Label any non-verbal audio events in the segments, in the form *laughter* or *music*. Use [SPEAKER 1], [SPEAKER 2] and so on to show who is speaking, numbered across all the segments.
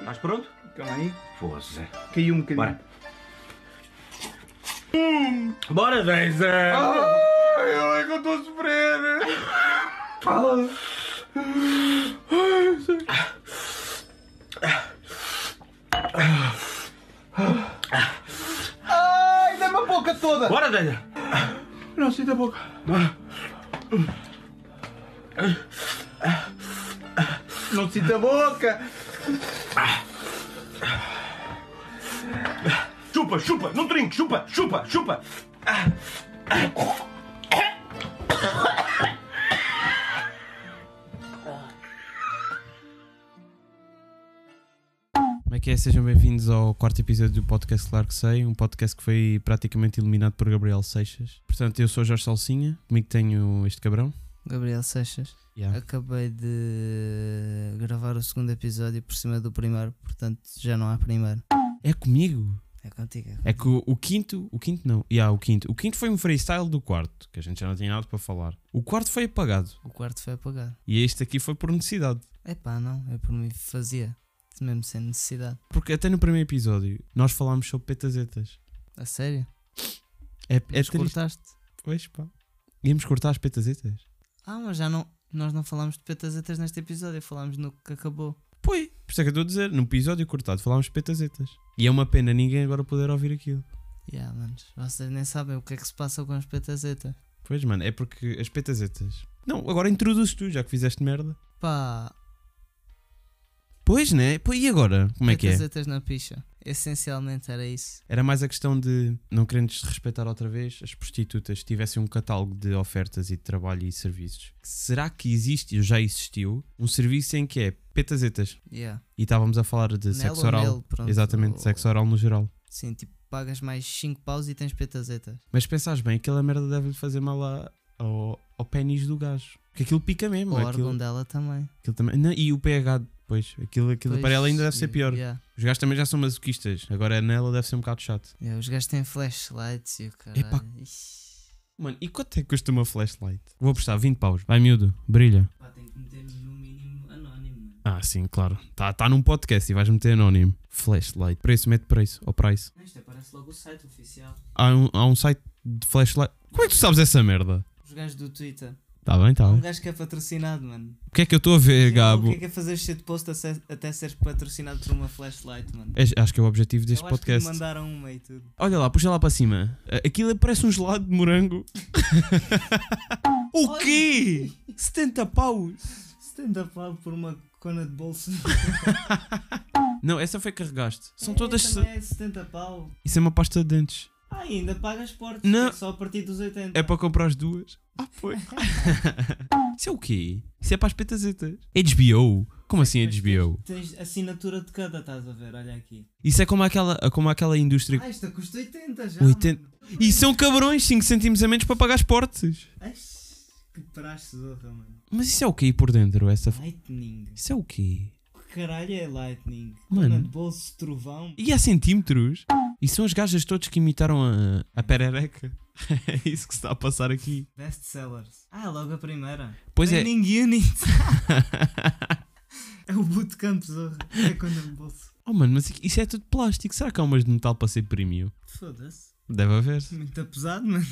[SPEAKER 1] Estás pronto?
[SPEAKER 2] Calma aí.
[SPEAKER 1] Força.
[SPEAKER 2] Caiu um bocadinho.
[SPEAKER 1] Bora. Hum, bora, Deisa!
[SPEAKER 2] Ai, olha que eu estou a sofrer. Fala. Ai, dá-me a boca toda.
[SPEAKER 1] Bora, Deisa!
[SPEAKER 2] Não, sinto a boca. Não sinto a boca.
[SPEAKER 1] Chupa, chupa, não trinque, chupa, chupa, chupa!
[SPEAKER 3] Como é que é? Sejam bem-vindos ao quarto episódio do podcast Claro que Sei, um podcast que foi praticamente eliminado por Gabriel Seixas. Portanto, eu sou o Jorge Salsinha, comigo tenho este cabrão.
[SPEAKER 4] Gabriel Seixas.
[SPEAKER 3] Yeah.
[SPEAKER 4] Acabei de gravar o segundo episódio por cima do primeiro, portanto já não há primeiro.
[SPEAKER 3] É comigo?
[SPEAKER 4] É contigo.
[SPEAKER 3] É que o, o quinto, o quinto não, yeah, o quinto. O quinto foi um freestyle do quarto, que a gente já não tinha nada para falar. O quarto foi apagado
[SPEAKER 4] O quarto foi apagado.
[SPEAKER 3] e este aqui foi por necessidade.
[SPEAKER 4] É pá, não, eu por mim fazia, mesmo sem necessidade.
[SPEAKER 3] Porque até no primeiro episódio nós falámos sobre petazetas.
[SPEAKER 4] A sério?
[SPEAKER 3] É, é
[SPEAKER 4] Mas
[SPEAKER 3] triste.
[SPEAKER 4] cortaste?
[SPEAKER 3] Pois pá. Íamos cortar as petazetas?
[SPEAKER 4] Ah, mas já não. Nós não falámos de petazetas neste episódio, falámos no que acabou.
[SPEAKER 3] Pois, por isso é que eu estou a dizer, num episódio cortado falámos de petazetas. E é uma pena ninguém agora poder ouvir aquilo.
[SPEAKER 4] Yeah, manos, vocês nem sabem o que é que se passa com as petazetas.
[SPEAKER 3] Pois, mano, é porque as petazetas. Não, agora introduz tu, já que fizeste merda.
[SPEAKER 4] Pá,
[SPEAKER 3] Pois, né? Pô, e agora? Como é que é?
[SPEAKER 4] petazetas na picha. Essencialmente era isso.
[SPEAKER 3] Era mais a questão de, não querendo desrespeitar outra vez, as prostitutas tivessem um catálogo de ofertas e de trabalho e serviços. Será que existe, ou já existiu, um serviço em que é petazetas?
[SPEAKER 4] Yeah.
[SPEAKER 3] E estávamos a falar de
[SPEAKER 4] Nela
[SPEAKER 3] sexo
[SPEAKER 4] ou
[SPEAKER 3] oral.
[SPEAKER 4] nele, pronto,
[SPEAKER 3] Exatamente,
[SPEAKER 4] ou-
[SPEAKER 3] sexo oral no geral.
[SPEAKER 4] Sim, tipo, pagas mais 5 paus e tens petazetas.
[SPEAKER 3] Mas pensares bem, aquela merda deve-lhe fazer mal à- ao, ao pênis do gajo. Porque aquilo pica mesmo.
[SPEAKER 4] O
[SPEAKER 3] Aquilo,
[SPEAKER 4] órgão dela também.
[SPEAKER 3] aquilo também, não, e o pH, depois. Aquilo, aquilo
[SPEAKER 4] Pois,
[SPEAKER 3] para ela ainda deve ser
[SPEAKER 4] yeah,
[SPEAKER 3] pior.
[SPEAKER 4] yeah.
[SPEAKER 3] Os gajos também já são masoquistas. Agora nela deve ser um bocado chato.
[SPEAKER 4] Yeah, os gajos têm flashlights e o caralho.
[SPEAKER 3] Epá.
[SPEAKER 4] Ixi.
[SPEAKER 3] Mano, e quanto é que custa uma flashlight? Vou apostar 20 paus. Vai, miúdo. Brilha.
[SPEAKER 4] Pá, tem que meter no mínimo anónimo. mano.
[SPEAKER 3] Ah, sim, claro. Está tá num podcast e vais meter anónimo. Flashlight. Preço, mete preço. Ou price.
[SPEAKER 4] Não, Isto aparece logo o site oficial.
[SPEAKER 3] Há um, há um site de flashlight. Como é que tu sabes essa merda?
[SPEAKER 4] Os gajos do Twitter.
[SPEAKER 3] Tá bem, tá
[SPEAKER 4] Há um
[SPEAKER 3] bem.
[SPEAKER 4] gajo que é patrocinado, mano.
[SPEAKER 3] O que é que eu estou a ver,
[SPEAKER 4] Gabo.
[SPEAKER 3] Gabo?
[SPEAKER 4] O que é que é fazer shit post a ser- até seres patrocinado por uma flashlight, mano?
[SPEAKER 3] É- Acho que é o objetivo deste
[SPEAKER 4] Eu acho
[SPEAKER 3] podcast.
[SPEAKER 4] Que me mandaram uma e tudo.
[SPEAKER 3] Olha lá, puxa lá para cima. A- Aquilo parece um gelado de morango. o quê? 70 paus?
[SPEAKER 4] 70 pau por uma cona de bolso.
[SPEAKER 3] Não, essa foi que carregaste. São
[SPEAKER 4] É,
[SPEAKER 3] todas.
[SPEAKER 4] também É 70 pau.
[SPEAKER 3] Isso é uma pasta de dentes.
[SPEAKER 4] Ah, e ainda pagas portas.
[SPEAKER 3] Não.
[SPEAKER 4] é Só a partir dos 80.
[SPEAKER 3] É para comprar as duas? Ah, foi. *laughs* Isso é o quê? Isso é para as petazetas. HBO? Como assim
[SPEAKER 4] Mas
[SPEAKER 3] HBO?
[SPEAKER 4] Tens assinatura de cada, estás a ver, olha aqui.
[SPEAKER 3] Isso é como aquela, como aquela indústria.
[SPEAKER 4] Ah, esta custa 80 já.
[SPEAKER 3] 80.
[SPEAKER 4] mano.
[SPEAKER 3] E são cabrões, 5 centimos a menos para pagar as portas.
[SPEAKER 4] Ai, que praxe zorra, mano.
[SPEAKER 3] Mas isso é o quê por dentro? Essa... f-
[SPEAKER 4] Lightning.
[SPEAKER 3] Isso é o quê?
[SPEAKER 4] Que caralho é Lightning?
[SPEAKER 3] Mano.
[SPEAKER 4] Mano. de bolso de trovão.
[SPEAKER 3] E há centímetros? E são as gajas todas que imitaram a, a perereca? *laughs* É isso que se está a passar aqui.
[SPEAKER 4] Best sellers. Ah, logo a primeira.
[SPEAKER 3] Pois é.
[SPEAKER 4] Lightning
[SPEAKER 3] *laughs*
[SPEAKER 4] Unit. é o bootcamp zorra. É quando no bolso.
[SPEAKER 3] Oh mano, mas isso é tudo plástico. Será que há umas de metal para ser premium?
[SPEAKER 4] Foda-se.
[SPEAKER 3] Deve haver.
[SPEAKER 4] Muito pesado, mano.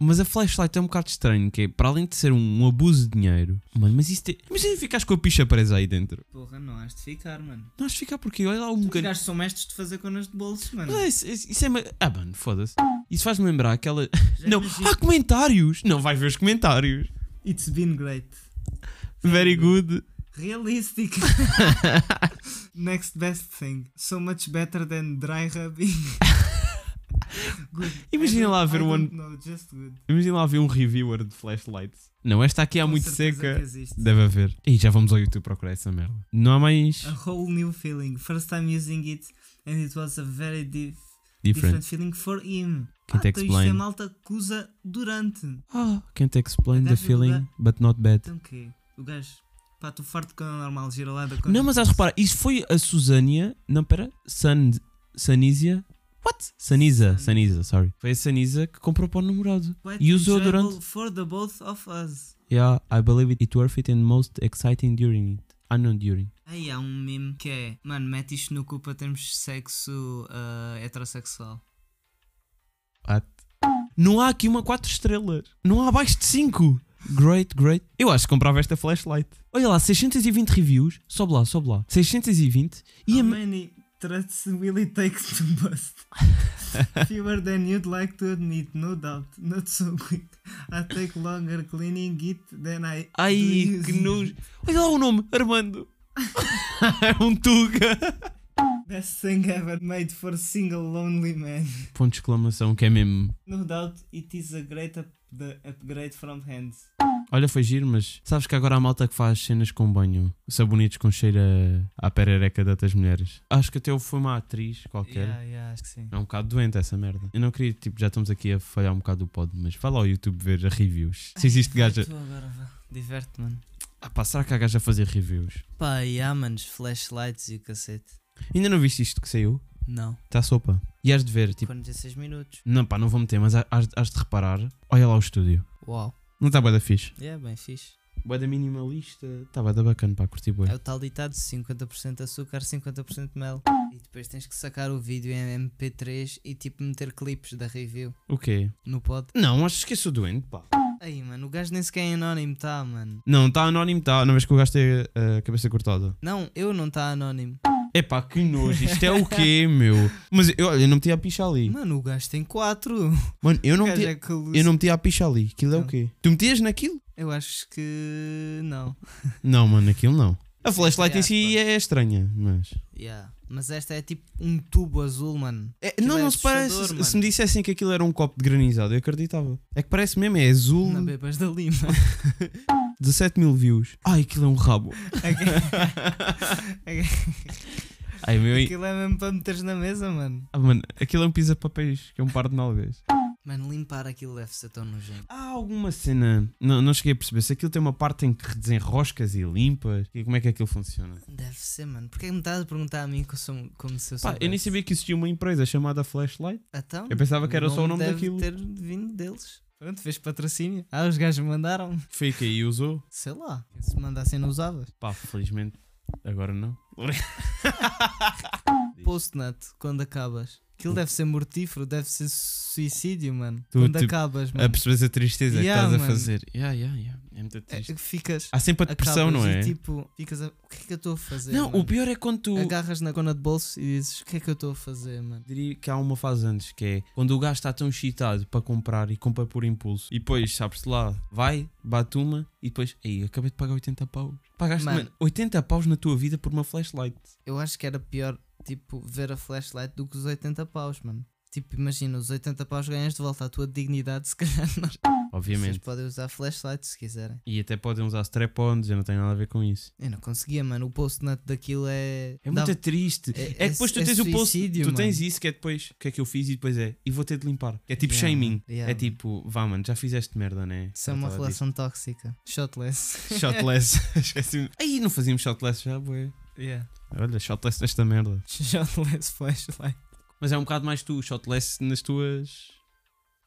[SPEAKER 3] Mas a flashlight é um bocado estranho, que é, para além de ser um, um abuso de dinheiro, mano, mas isso tem... Imagina ficares com a picha presa aí dentro.
[SPEAKER 4] Porra, não has de ficar, mano.
[SPEAKER 3] Nós ficar porque olha lá um
[SPEAKER 4] Os
[SPEAKER 3] bocadinho.
[SPEAKER 4] gajos são mestres de fazer conas de bolso, mano.
[SPEAKER 3] Ah, isso, isso- isso é. ma- Ah, mano, foda-se. Isso faz-me lembrar aquela. *laughs*
[SPEAKER 4] Já
[SPEAKER 3] Não,
[SPEAKER 4] imagino.
[SPEAKER 3] há comentários! Não vai ver os comentários.
[SPEAKER 4] It's been great.
[SPEAKER 3] Very good.
[SPEAKER 4] Realistic.
[SPEAKER 3] *laughs*
[SPEAKER 4] Next best thing. So much better than dry rubbing. good.
[SPEAKER 3] *laughs* Imagina
[SPEAKER 4] I
[SPEAKER 3] lá
[SPEAKER 4] don't-
[SPEAKER 3] ver
[SPEAKER 4] I
[SPEAKER 3] o
[SPEAKER 4] don't
[SPEAKER 3] ano-
[SPEAKER 4] know, just good.
[SPEAKER 3] Imagina lá ver um reviewer de flashlights. Não, esta aqui há
[SPEAKER 4] Com
[SPEAKER 3] Tá muito
[SPEAKER 4] certeza que
[SPEAKER 3] seca.
[SPEAKER 4] existe.
[SPEAKER 3] Deve haver. E já vamos ao YouTube procurar essa merda. Não há mais.
[SPEAKER 4] A whole new feeling. First time using it and it was a very dif-
[SPEAKER 3] Different. tá
[SPEAKER 4] different feeling for him.
[SPEAKER 3] Can't
[SPEAKER 4] ah, então isto é
[SPEAKER 3] explain.
[SPEAKER 4] malta que usa durante.
[SPEAKER 3] Ah, can't explain
[SPEAKER 4] A
[SPEAKER 3] the
[SPEAKER 4] gaja do
[SPEAKER 3] feeling,
[SPEAKER 4] da-
[SPEAKER 3] but not bad.
[SPEAKER 4] Então o quê? O gajo. Pá, tu farto de cana normal, gira lá da
[SPEAKER 3] Não, mas hás de reparar, isso foi a Susânia. Não, pera. San, Sanisia. What? Sanisa,
[SPEAKER 4] San-
[SPEAKER 3] Sanisa, sorry. Foi a Sanisa que comprou para o namorado.
[SPEAKER 4] Quite
[SPEAKER 3] E usou
[SPEAKER 4] enjoyable
[SPEAKER 3] durante.
[SPEAKER 4] For the both of us.
[SPEAKER 3] Yeah, I believe it, it worth it and most exciting during it. Ah, não, during.
[SPEAKER 4] Aí há um meme que é, mano, mete isto no cu para termos sexo ah, heterossexual.
[SPEAKER 3] At. Não há aqui uma 4 estrelas. Não há abaixo de 5. Great, great. Eu acho que comprava esta flashlight. Olha lá, 620 reviews. Sobe lá, sobe lá. 620. E a
[SPEAKER 4] How
[SPEAKER 3] me-
[SPEAKER 4] many threats will it take to bust? Fewer than you'd like to admit, no doubt. Not so quick. I take longer cleaning it than I.
[SPEAKER 3] Ai,
[SPEAKER 4] do
[SPEAKER 3] que
[SPEAKER 4] using
[SPEAKER 3] nojo. Olha lá o nome, Armando. *laughs* é um Tuga.
[SPEAKER 4] it. Best thing ever made for single lonely man.
[SPEAKER 3] Ponto de exclamação, que é mesmo.
[SPEAKER 4] No doubt it is a great up the upgrade from hands.
[SPEAKER 3] Olha, foi giro, mas sabes que agora há malta que faz cenas com banho, sabonetes com cheiro a- à perereca de outras mulheres. Acho que até foi uma atriz qualquer.
[SPEAKER 4] Yeah, yeah, acho que sim.
[SPEAKER 3] É um bocado doente essa merda. Eu não queria, tipo, já estamos aqui a falhar um bocado o pod, mas vai lá ao YouTube ver *laughs* reviews. Se existe gaja.
[SPEAKER 4] Tu agora vá. Diverte, mano.
[SPEAKER 3] Ah, pá, será que há gaja a fazer reviews?
[SPEAKER 4] Pá, e há, manos, flashlights e o cacete.
[SPEAKER 3] Ainda não viste isto que saiu?
[SPEAKER 4] Não.
[SPEAKER 3] Está sopa. E has de ver, tipo.
[SPEAKER 4] 46 minutos.
[SPEAKER 3] Não, pá, não vou meter, mas há- has, has de reparar. Olha lá o estúdio.
[SPEAKER 4] Uau.
[SPEAKER 3] Não está bué da fixe.
[SPEAKER 4] É, bem fixe.
[SPEAKER 3] Bué da minimalista. Está bué da bacana, pá, curti bué.
[SPEAKER 4] É o tal ditado: 50% açúcar, 50% mel. E depois tens que sacar o vídeo em MP3 e tipo meter clipes da review
[SPEAKER 3] O quê?
[SPEAKER 4] no pod.
[SPEAKER 3] Não, acho que eu sou doente, pá.
[SPEAKER 4] Aí, mano, o gajo nem sequer é anónimo, tá, mano.
[SPEAKER 3] Não, está anónimo, está. Não vês que o gajo tem a cabeça cortada.
[SPEAKER 4] Não, eu não tá anónimo.
[SPEAKER 3] Epá, que nojo, isto é o *laughs* quê, meu? Mas eu, olha, eu não meti a picha ali.
[SPEAKER 4] Mano, o gajo tem 4. *laughs*
[SPEAKER 3] Mano, eu não,
[SPEAKER 4] gajo
[SPEAKER 3] meti,
[SPEAKER 4] é que alucina.
[SPEAKER 3] eu não meti a picha ali. Aquilo é o
[SPEAKER 4] Não.
[SPEAKER 3] quê? Tu metias naquilo?
[SPEAKER 4] Eu acho que. Não.
[SPEAKER 3] Não, mano, aquilo não. A flashlight em si
[SPEAKER 4] aspa.
[SPEAKER 3] é estranha, mas.
[SPEAKER 4] Yeah. Mas esta é tipo um tubo azul, mano.
[SPEAKER 3] É,
[SPEAKER 4] Aquilo
[SPEAKER 3] não,
[SPEAKER 4] é
[SPEAKER 3] não se
[SPEAKER 4] assustador,
[SPEAKER 3] parece. Se- Se me
[SPEAKER 4] mano.
[SPEAKER 3] dissessem que aquilo era um copo de granizado, eu acreditava. É que parece mesmo, é azul,
[SPEAKER 4] Não bebas
[SPEAKER 3] *laughs*
[SPEAKER 4] da Lima. *laughs*
[SPEAKER 3] 17 mil views. Ai, aquilo é um rabo. Ai, meu. e-
[SPEAKER 4] Aquilo é mesmo para meteres na mesa, mano.
[SPEAKER 3] Ah, mano, aquilo é um pisa-papéis, que é um par de nalgas.
[SPEAKER 4] Mano, limpar aquilo deve ser tão nojento.
[SPEAKER 3] Há alguma cena. Não, não cheguei a perceber. Se aquilo tem uma parte em que desenroscas e limpas, e como é que aquilo funciona?
[SPEAKER 4] Deve ser, mano. Porquê que me estás a perguntar a mim que eu sou, um, como se eu
[SPEAKER 3] Pá, eu nem
[SPEAKER 4] soubesse?
[SPEAKER 3] sabia que existia uma empresa chamada Flashlight.
[SPEAKER 4] Então,
[SPEAKER 3] Eu pensava que era só o nome
[SPEAKER 4] deve
[SPEAKER 3] daquilo.
[SPEAKER 4] ter vindo deles. Pronto, fez patrocínio. Ah, os gajos mandaram.
[SPEAKER 3] Foi que aí usou.
[SPEAKER 4] Sei lá. Se mandassem, não usavas.
[SPEAKER 3] Pá, felizmente. Agora não.
[SPEAKER 4] Postnut, quando acabas. Aquilo deve ser mortífero, deve ser suicídio, mano.
[SPEAKER 3] Tu,
[SPEAKER 4] quando
[SPEAKER 3] tipo,
[SPEAKER 4] acabas,
[SPEAKER 3] A
[SPEAKER 4] mano.
[SPEAKER 3] percebes a tristeza
[SPEAKER 4] Yeah,
[SPEAKER 3] que estás
[SPEAKER 4] mano.
[SPEAKER 3] a fazer. Yeah, yeah, yeah. É muito
[SPEAKER 4] É,
[SPEAKER 3] triste.
[SPEAKER 4] ficas.
[SPEAKER 3] Há sempre a depressão,
[SPEAKER 4] acabas
[SPEAKER 3] não
[SPEAKER 4] e,
[SPEAKER 3] é?
[SPEAKER 4] tipo, ficas a... O que é que eu estou a fazer?
[SPEAKER 3] não,
[SPEAKER 4] mano?
[SPEAKER 3] o pior é quando tu.
[SPEAKER 4] Agarras na cona de bolso e dizes: O que é que eu estou a fazer, mano?
[SPEAKER 3] Diria que há uma fase antes, que é quando o gajo está tão excitado para comprar e compra por impulso. E depois, sabes-te lá, vai, bate uma e depois, ei, acabei de pagar 80 paus. Pagaste
[SPEAKER 4] Mano.
[SPEAKER 3] mano, 80 paus na tua vida por uma flashlight.
[SPEAKER 4] Eu acho que era pior, tipo, ver a flashlight do que os 80 paus, mano. Tipo, imagina, os 80 paus ganhas de volta a tua dignidade, *laughs* se calhar não. Vocês
[SPEAKER 3] Obviamente.
[SPEAKER 4] podem usar flashlight se quiserem.
[SPEAKER 3] E até podem usar strap-ons, eu não tenho nada a ver com isso.
[SPEAKER 4] Eu não conseguia, mano. O post-nut daquilo é.
[SPEAKER 3] É
[SPEAKER 4] dá-
[SPEAKER 3] muito triste.
[SPEAKER 4] é-
[SPEAKER 3] É,
[SPEAKER 4] é
[SPEAKER 3] que depois tu
[SPEAKER 4] su- é
[SPEAKER 3] tens o post,
[SPEAKER 4] suicídio,
[SPEAKER 3] tu tens
[SPEAKER 4] mano.
[SPEAKER 3] isso que é depois, o que é que eu fiz e depois é, e vou ter de limpar. É tipo
[SPEAKER 4] Yeah,
[SPEAKER 3] shaming.
[SPEAKER 4] mano. Yeah,
[SPEAKER 3] é
[SPEAKER 4] mano.
[SPEAKER 3] tipo, vá mano, já fizeste merda, né?
[SPEAKER 4] Isso é
[SPEAKER 3] Já
[SPEAKER 4] uma
[SPEAKER 3] estava a dizer.
[SPEAKER 4] relação tóxica. Shotless. *laughs*
[SPEAKER 3] Shotless, esqueci-me. Aí não fazíamos shotless já, boé.
[SPEAKER 4] Yeah.
[SPEAKER 3] Olha, shotless desta merda.
[SPEAKER 4] Shotless flashlight.
[SPEAKER 3] Mas é um bocado mais tu, shotless nas tuas.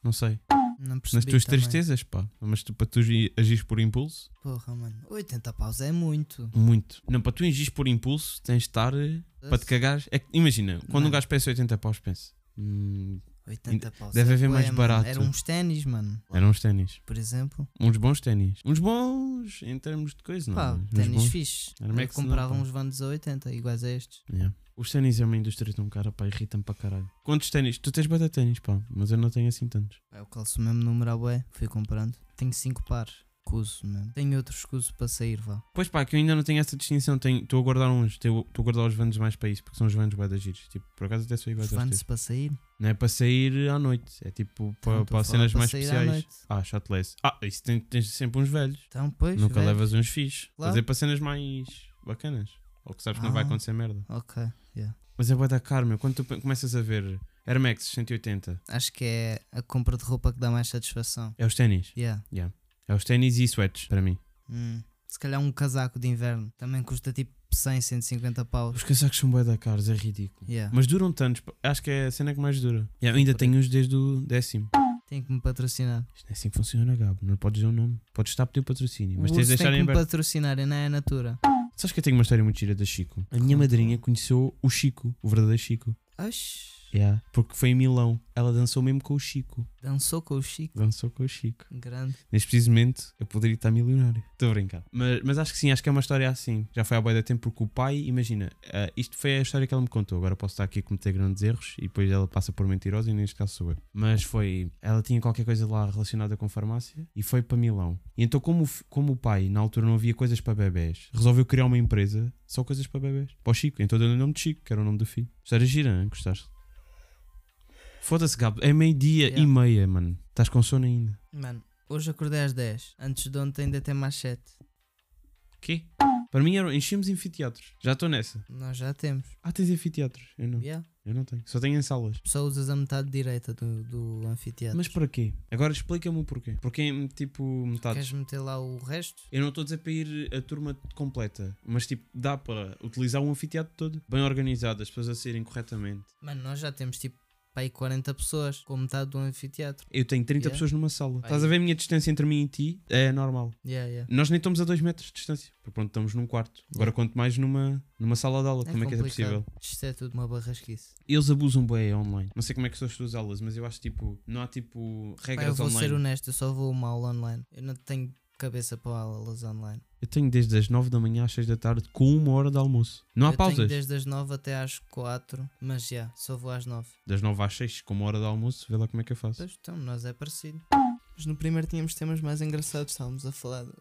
[SPEAKER 3] Não sei.
[SPEAKER 4] Não
[SPEAKER 3] Nas
[SPEAKER 4] percebi.
[SPEAKER 3] tuas
[SPEAKER 4] também.
[SPEAKER 3] tristezas, pá. Mas tu, para tu gi- agires por impulso,
[SPEAKER 4] Porra, mano. 80 paus é muito.
[SPEAKER 3] muito. Não, para tu agires por impulso, tens de estar. eh, Para te cagares. É que, imagina, quando
[SPEAKER 4] Mano.
[SPEAKER 3] um gajo peça 80 paus, pensa. Hum,
[SPEAKER 4] 80 paus.
[SPEAKER 3] Deve
[SPEAKER 4] é
[SPEAKER 3] haver
[SPEAKER 4] bué,
[SPEAKER 3] mais
[SPEAKER 4] mano.
[SPEAKER 3] barato.
[SPEAKER 4] Eram uns ténis, mano.
[SPEAKER 3] eram uns ténis.
[SPEAKER 4] Por exemplo.
[SPEAKER 3] Uns bons ténis. Uns bons em termos de coisa, não
[SPEAKER 4] Pá,
[SPEAKER 3] Uhum. mas uns
[SPEAKER 4] ténis
[SPEAKER 3] bons.
[SPEAKER 4] fixe.
[SPEAKER 3] Era
[SPEAKER 4] Eu
[SPEAKER 3] Max, não,
[SPEAKER 4] comprava
[SPEAKER 3] pá.
[SPEAKER 4] uns vandos a 80, iguais a estes.
[SPEAKER 3] Yeah. Os ténis é uma indústria tão cara, pá, irrita-me para caralho. Quantos ténis? Tu tens bada ténis, pá, mas eu não tenho assim tantos.
[SPEAKER 4] Pá, Eu calço o mesmo número à bué. Fui comprando. Tenho 5 pares. Cuso, mano. Tenho outros cuso para sair, vá.
[SPEAKER 3] Pois pá, que eu ainda não tenho essa distinção. tenho- Estou a guardar uns, estou estou a guardar os vandos mais para isso, porque são os vandos bada giros. Tipo, por acaso até sou igual
[SPEAKER 4] Os
[SPEAKER 3] a
[SPEAKER 4] vandos para sair.
[SPEAKER 3] Não é para sair à noite, é tipo para,
[SPEAKER 4] Então, estou a
[SPEAKER 3] para
[SPEAKER 4] falar
[SPEAKER 3] cenas
[SPEAKER 4] para
[SPEAKER 3] mais
[SPEAKER 4] sair à
[SPEAKER 3] especiais.
[SPEAKER 4] noite.
[SPEAKER 3] Ah, shotless. Ah, isso tem- tens sempre uns velhos.
[SPEAKER 4] Então, pois.
[SPEAKER 3] Nunca
[SPEAKER 4] velho.
[SPEAKER 3] levas uns fixos.
[SPEAKER 4] Claro.
[SPEAKER 3] Fazer para cenas mais bacanas. Ou que sabes que não vai
[SPEAKER 4] Ah.
[SPEAKER 3] acontecer merda.
[SPEAKER 4] Ok.
[SPEAKER 3] Mas é bué da caro, meu. Quando tu pe- começas a ver Air Max 180,
[SPEAKER 4] Acho que é a compra de roupa que dá mais satisfação.
[SPEAKER 3] é os ténis.
[SPEAKER 4] Yeah.
[SPEAKER 3] É os ténis e sweats, para mim.
[SPEAKER 4] Hum. Se calhar um casaco de inverno também custa tipo 100, 150 paus.
[SPEAKER 3] Os casacos são bué da caros, é ridículo.
[SPEAKER 4] Yeah.
[SPEAKER 3] Mas duram tantos, pá. acho que é a cena que mais dura. E ainda tenho os desde o décimo.
[SPEAKER 4] Tem que me patrocinar.
[SPEAKER 3] Isto não é assim que funciona, Gabo. Não podes dizer o nome. Podes estar a pedir o patrocínio, mas
[SPEAKER 4] o
[SPEAKER 3] tens de
[SPEAKER 4] Urso
[SPEAKER 3] deixar em
[SPEAKER 4] tem que me
[SPEAKER 3] aberto.
[SPEAKER 4] patrocinar e não é a Natura.
[SPEAKER 3] Sabes que eu tenho uma história muito gira da Chico? A minha madrinha conheceu o Chico, o verdadeiro Chico.
[SPEAKER 4] Oxi.
[SPEAKER 3] Yeah. Porque foi em Milão. Ela dançou mesmo com o Chico.
[SPEAKER 4] Dançou com o Chico.
[SPEAKER 3] Dançou com o Chico.
[SPEAKER 4] Grande.
[SPEAKER 3] Neste preciso momento, eu poderia estar milionário. Estou a brincar. Mas, mas acho que sim, acho que é uma história assim. Já foi há boia da tempo porque o pai, imagina, ah, isto foi a história que ela me contou. Agora posso estar aqui a cometer grandes erros e depois ela passa por mentirosa e neste caso sou eu. Mas foi. Ela tinha qualquer coisa lá relacionada com farmácia e foi para Milão. E então, como, o f- como o pai na altura não havia coisas para bebés, resolveu criar uma empresa só coisas para bebés. Para o Chico. Então deu-lhe o nome de Chico, que era o nome do filho. História gira, hein? gostaste? Foda-se, Gabo. É meio-dia e
[SPEAKER 4] Yeah.
[SPEAKER 3] meia, mano. Estás com sono ainda.
[SPEAKER 4] Mano, hoje acordei às 10. Antes de ontem ainda tem mais 7.
[SPEAKER 3] Quê? Para mim eram enchemos anfiteatros. Já estou nessa.
[SPEAKER 4] Nós já temos.
[SPEAKER 3] Ah, tens anfiteatros. Eu não.
[SPEAKER 4] Yeah.
[SPEAKER 3] Eu não tenho. Só tenho em salas.
[SPEAKER 4] Só usas a metade direita do, do anfiteatro.
[SPEAKER 3] Mas para quê? Agora explica-me o porquê. Porque é tipo metade.
[SPEAKER 4] Queres meter lá o resto?
[SPEAKER 3] Eu não estou a dizer para ir a turma completa, mas tipo, dá para utilizar um anfiteatro todo. Bem organizado, as pessoas a saírem corretamente.
[SPEAKER 4] Mano, nós já temos tipo para aí 40 pessoas com metade do anfiteatro.
[SPEAKER 3] Eu tenho 30
[SPEAKER 4] Yeah.
[SPEAKER 3] pessoas numa sala.
[SPEAKER 4] Aí.
[SPEAKER 3] Estás a ver a minha distância entre mim e ti? É normal.
[SPEAKER 4] Yeah, yeah.
[SPEAKER 3] Nós nem estamos a 2 metros de distância. Porque pronto, estamos num quarto. Agora quanto mais numa, numa sala de aula. Como é que é
[SPEAKER 4] complicado.
[SPEAKER 3] possível?
[SPEAKER 4] Isto é tudo uma barrasquice.
[SPEAKER 3] Eles abusam bem online. Não sei como é que são as tuas aulas, mas eu acho tipo, não há tipo
[SPEAKER 4] Pá, eu
[SPEAKER 3] regras
[SPEAKER 4] vou ser
[SPEAKER 3] online.
[SPEAKER 4] honesto, eu só vou uma aula online. Eu não tenho cabeça para aulas online.
[SPEAKER 3] Eu tenho desde as 9 da manhã às 6 da tarde com uma hora de almoço. Não há
[SPEAKER 4] eu
[SPEAKER 3] pausas.
[SPEAKER 4] tenho desde as 9 até às 4, mas já, só vou às 9.
[SPEAKER 3] Das 9 às 6 com uma hora de almoço, vê lá como é que eu faço.
[SPEAKER 4] Pois então, nós é parecido. Mas no primeiro tínhamos temas mais engraçados, estávamos a falar do-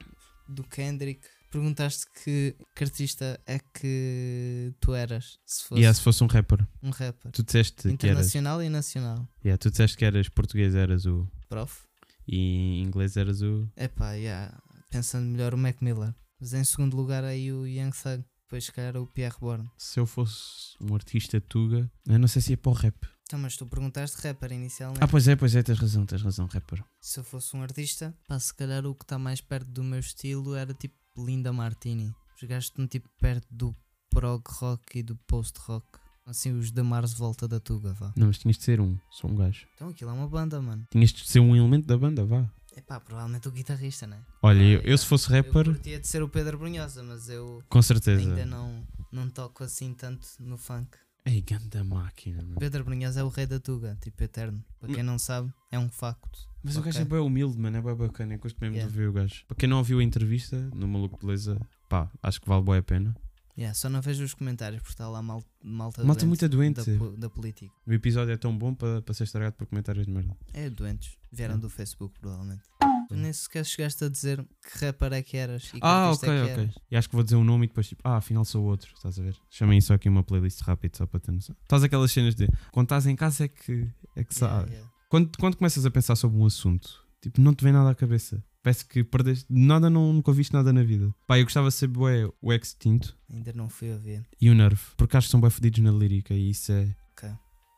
[SPEAKER 4] do Kendrick. Perguntaste que, que artista é que tu eras, se fosse
[SPEAKER 3] E yeah, se fosse um rapper,
[SPEAKER 4] um rapper.
[SPEAKER 3] tu disseste que eras.
[SPEAKER 4] Internacional e nacional.
[SPEAKER 3] Yeah, tu disseste que eras português, eras o.
[SPEAKER 4] Prof.
[SPEAKER 3] E inglês eras o.
[SPEAKER 4] Epá, yeah. pensando melhor o Mac Miller. Mas em segundo lugar aí o Young Thug. Depois se calhar o Pierre Bourne.
[SPEAKER 3] Se eu fosse um artista tuga. Eu não sei se ia para o rap.
[SPEAKER 4] Então, mas tu perguntaste rapper inicialmente.
[SPEAKER 3] Ah, pois é, pois é, tens razão, tens razão, rapper.
[SPEAKER 4] Se eu fosse um artista, pá, se calhar o que está mais perto do meu estilo era tipo Linda Martini. Os gajos estão tipo perto do prog rock e do post rock. Assim, os da Mars Volta da Tuga, vá.
[SPEAKER 3] Não, mas tinhas de ser um, só um gajo.
[SPEAKER 4] Então aquilo é uma banda, mano.
[SPEAKER 3] Tinhas de ser um elemento da banda, vá.
[SPEAKER 4] Epá, provavelmente o guitarrista, né?
[SPEAKER 3] Olha, eu,
[SPEAKER 4] Ah,
[SPEAKER 3] eu se fosse
[SPEAKER 4] Eu
[SPEAKER 3] rapper,
[SPEAKER 4] curtia de ser o Pedro Brunhosa, mas eu
[SPEAKER 3] com certeza.
[SPEAKER 4] ainda não, não toco assim tanto no funk.
[SPEAKER 3] Ei, É ganda máquina, mano.
[SPEAKER 4] Pedro Brunhosa é o rei da Tuga, tipo eterno. Para quem não sabe, é um facto.
[SPEAKER 3] Mas o gajo é
[SPEAKER 4] Ok.
[SPEAKER 3] bem humilde, mano. É bem bacana. Eu gosto mesmo
[SPEAKER 4] Yeah.
[SPEAKER 3] de ouvir o gajo. Para quem não ouviu a entrevista no Maluco Beleza, pá, acho que vale bem a pena.
[SPEAKER 4] Yeah, só não vejo os comentários porque está lá mal, malta,
[SPEAKER 3] Malta muito doente.
[SPEAKER 4] da po- da política.
[SPEAKER 3] O episódio é tão bom para para ser estragado por comentários de merda.
[SPEAKER 4] É, doentes. Vieram
[SPEAKER 3] É.
[SPEAKER 4] do Facebook, provavelmente. Tu nem sequer chegaste a dizer que rapper é que eras e que
[SPEAKER 3] Ah,
[SPEAKER 4] artista
[SPEAKER 3] ok,
[SPEAKER 4] é que
[SPEAKER 3] ok.
[SPEAKER 4] eras.
[SPEAKER 3] E acho que vou dizer um nome e depois tipo, ah, afinal sou outro, estás a ver? Chamem isso aqui uma playlist rápido só para ter noção. Estás aquelas cenas de quando estás em casa é que, é que
[SPEAKER 4] Yeah,
[SPEAKER 3] sabe.
[SPEAKER 4] yeah.
[SPEAKER 3] Quando, quando começas a pensar sobre um assunto, tipo, não te vem nada à cabeça. Parece que perdeste nada, não, nunca ouviste nada na vida. Pá, eu gostava de ser bué o extinto
[SPEAKER 4] Ainda não fui ouvir.
[SPEAKER 3] e o Nerve, porque acho que são bem fodidos na lírica e isso é,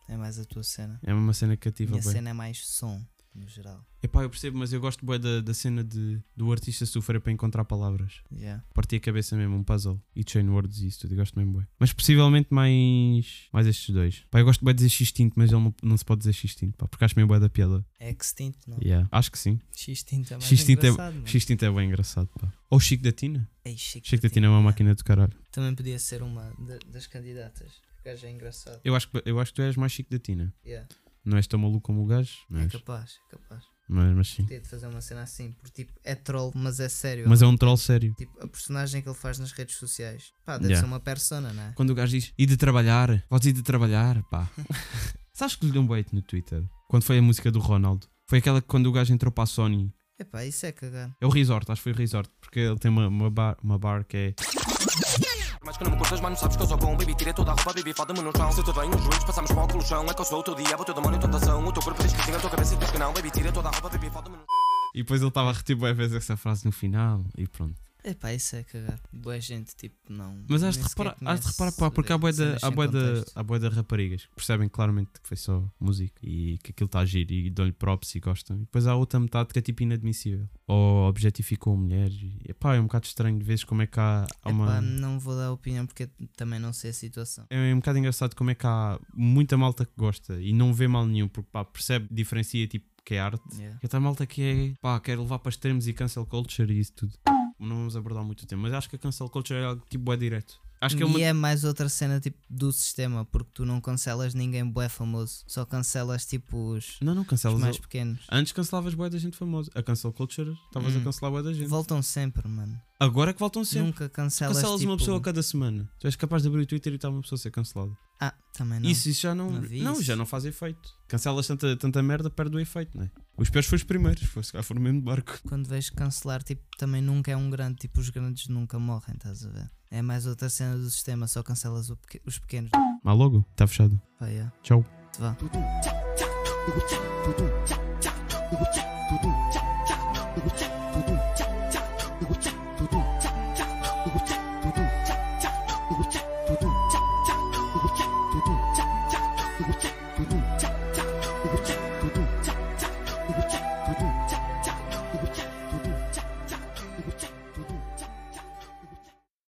[SPEAKER 4] É mais a tua cena.
[SPEAKER 3] é uma cena que ativa
[SPEAKER 4] Minha
[SPEAKER 3] bem.
[SPEAKER 4] cena é mais som, no geral.
[SPEAKER 3] Epá, eu percebo, mas eu gosto bué da, da cena de, do artista sofrer para encontrar palavras.
[SPEAKER 4] Yeah.
[SPEAKER 3] Parti a cabeça mesmo, um puzzle. E chain words e isso tudo, eu gosto mesmo bué. Mas possivelmente mais mais estes dois. Pá, eu gosto bué de dizer xistinto, mas ele não, não se pode dizer xistinto, pá, porque acho meio bué da piada.
[SPEAKER 4] É extinto, não?
[SPEAKER 3] Yeah. Acho que sim.
[SPEAKER 4] X-Tinto é mais
[SPEAKER 3] X-Tinto é-
[SPEAKER 4] engraçado, mano.
[SPEAKER 3] Xistinto é bem engraçado, pá. Ou Chico da Tina.
[SPEAKER 4] Ei, Chico
[SPEAKER 3] Chico da
[SPEAKER 4] Tatina,
[SPEAKER 3] Tina é uma
[SPEAKER 4] yeah.
[SPEAKER 3] máquina do caralho.
[SPEAKER 4] Também podia ser uma da- das candidatas. O gajo é engraçado.
[SPEAKER 3] Eu acho, que- eu acho que tu és mais Chico da Tina.
[SPEAKER 4] Yeah.
[SPEAKER 3] Não és tão maluco como o gajo,
[SPEAKER 4] É
[SPEAKER 3] mas,
[SPEAKER 4] capaz, é capaz.
[SPEAKER 3] mas, mas sim.
[SPEAKER 4] Podia de fazer uma cena assim, porque tipo, é troll, mas é sério.
[SPEAKER 3] Mas é um troll sério.
[SPEAKER 4] Tipo, a personagem que ele faz nas redes sociais. Pá, deve
[SPEAKER 3] Yeah.
[SPEAKER 4] ser uma persona, não é?
[SPEAKER 3] Quando o gajo diz, e de trabalhar, podes ir de trabalhar,
[SPEAKER 4] *laughs*
[SPEAKER 3] pá. Sabes que lhe deu um bait no Twitter? Quando foi a música do Ronaldo? Foi aquela que quando o gajo entrou para a Sony.
[SPEAKER 4] Epá, isso é cagar.
[SPEAKER 3] É o Resort, acho que foi o Resort, porque ele tem uma, uma, bar, uma bar que é.
[SPEAKER 5] Mas que não me curtas, mano, sabes que eu sou bom Baby, tirei toda a roupa, baby, fada-me no chão Se tudo bem, os joelhos passamos para o colchão É que eu sou o teu diabo, o teu demônio, a tua ação O teu corpo diz que sim, a tua cabeça diz que não Baby, tirei toda a roupa, baby, fada-me no
[SPEAKER 3] E depois ele estava a repetir bué vezes essa frase no final e pronto.
[SPEAKER 4] Epá, isso é cagar. Boa gente, tipo, não.
[SPEAKER 3] Mas has
[SPEAKER 4] nem
[SPEAKER 3] de reparar,
[SPEAKER 4] sequer
[SPEAKER 3] has de reparar pá,
[SPEAKER 4] conhece
[SPEAKER 3] porque há boé da,
[SPEAKER 4] cenas
[SPEAKER 3] há
[SPEAKER 4] sem
[SPEAKER 3] bué da,
[SPEAKER 4] contexto.
[SPEAKER 3] há bué da raparigas que percebem claramente que foi só música e que aquilo está a giro e dão-lhe props e gostam. E depois há outra metade que é tipo inadmissível. Ou objetificou mulheres. E, pá, é um bocado estranho de vez como é que há, há uma.
[SPEAKER 4] Epá, não vou dar opinião porque também não sei a situação.
[SPEAKER 3] é um bocado engraçado como é que há muita malta que gosta e não vê mal nenhum, porque pá, percebe, diferencia tipo que é arte.
[SPEAKER 4] Yeah.
[SPEAKER 3] E outra malta que é pá, quer levar para extremos e cancel culture e isso tudo. não vamos abordar muito o tema, mas acho que a cancel culture é algo tipo é direto. Acho que é uma.
[SPEAKER 4] E é mais outra cena tipo do sistema, porque tu não cancelas ninguém bué famoso, só cancelas tipo os,
[SPEAKER 3] Não, não
[SPEAKER 4] os
[SPEAKER 3] cancelas. Ah,
[SPEAKER 4] mais pequenos.
[SPEAKER 3] Antes cancelavas boé da gente famosa. A cancel culture, estavas a
[SPEAKER 4] Hum.
[SPEAKER 3] cancelar boé da gente.
[SPEAKER 4] Voltam sempre, mano.
[SPEAKER 3] Agora é que voltam sempre.
[SPEAKER 4] Nunca cancelas,
[SPEAKER 3] Cancelas uma
[SPEAKER 4] tipo-
[SPEAKER 3] pessoa a cada semana. Tu és capaz de abrir o Twitter e está uma pessoa a ser cancelada.
[SPEAKER 4] Ah, também não.
[SPEAKER 3] Isso, isso já não. Não,
[SPEAKER 4] Não vi isso.
[SPEAKER 3] já não faz efeito. Cancelas tanta, tanta merda, perde o efeito, não é? Os piores foram os primeiros, foi, se calhar foram o mesmo barco.
[SPEAKER 4] Quando vejo cancelar, tipo, também nunca é um grande, tipo, os grandes nunca morrem, estás a ver? É mais outra cena do sistema, só cancelas o peque- os pequenos.
[SPEAKER 3] Má logo, está fechado.
[SPEAKER 4] Vai, é.
[SPEAKER 3] Tchau.
[SPEAKER 4] Te vá.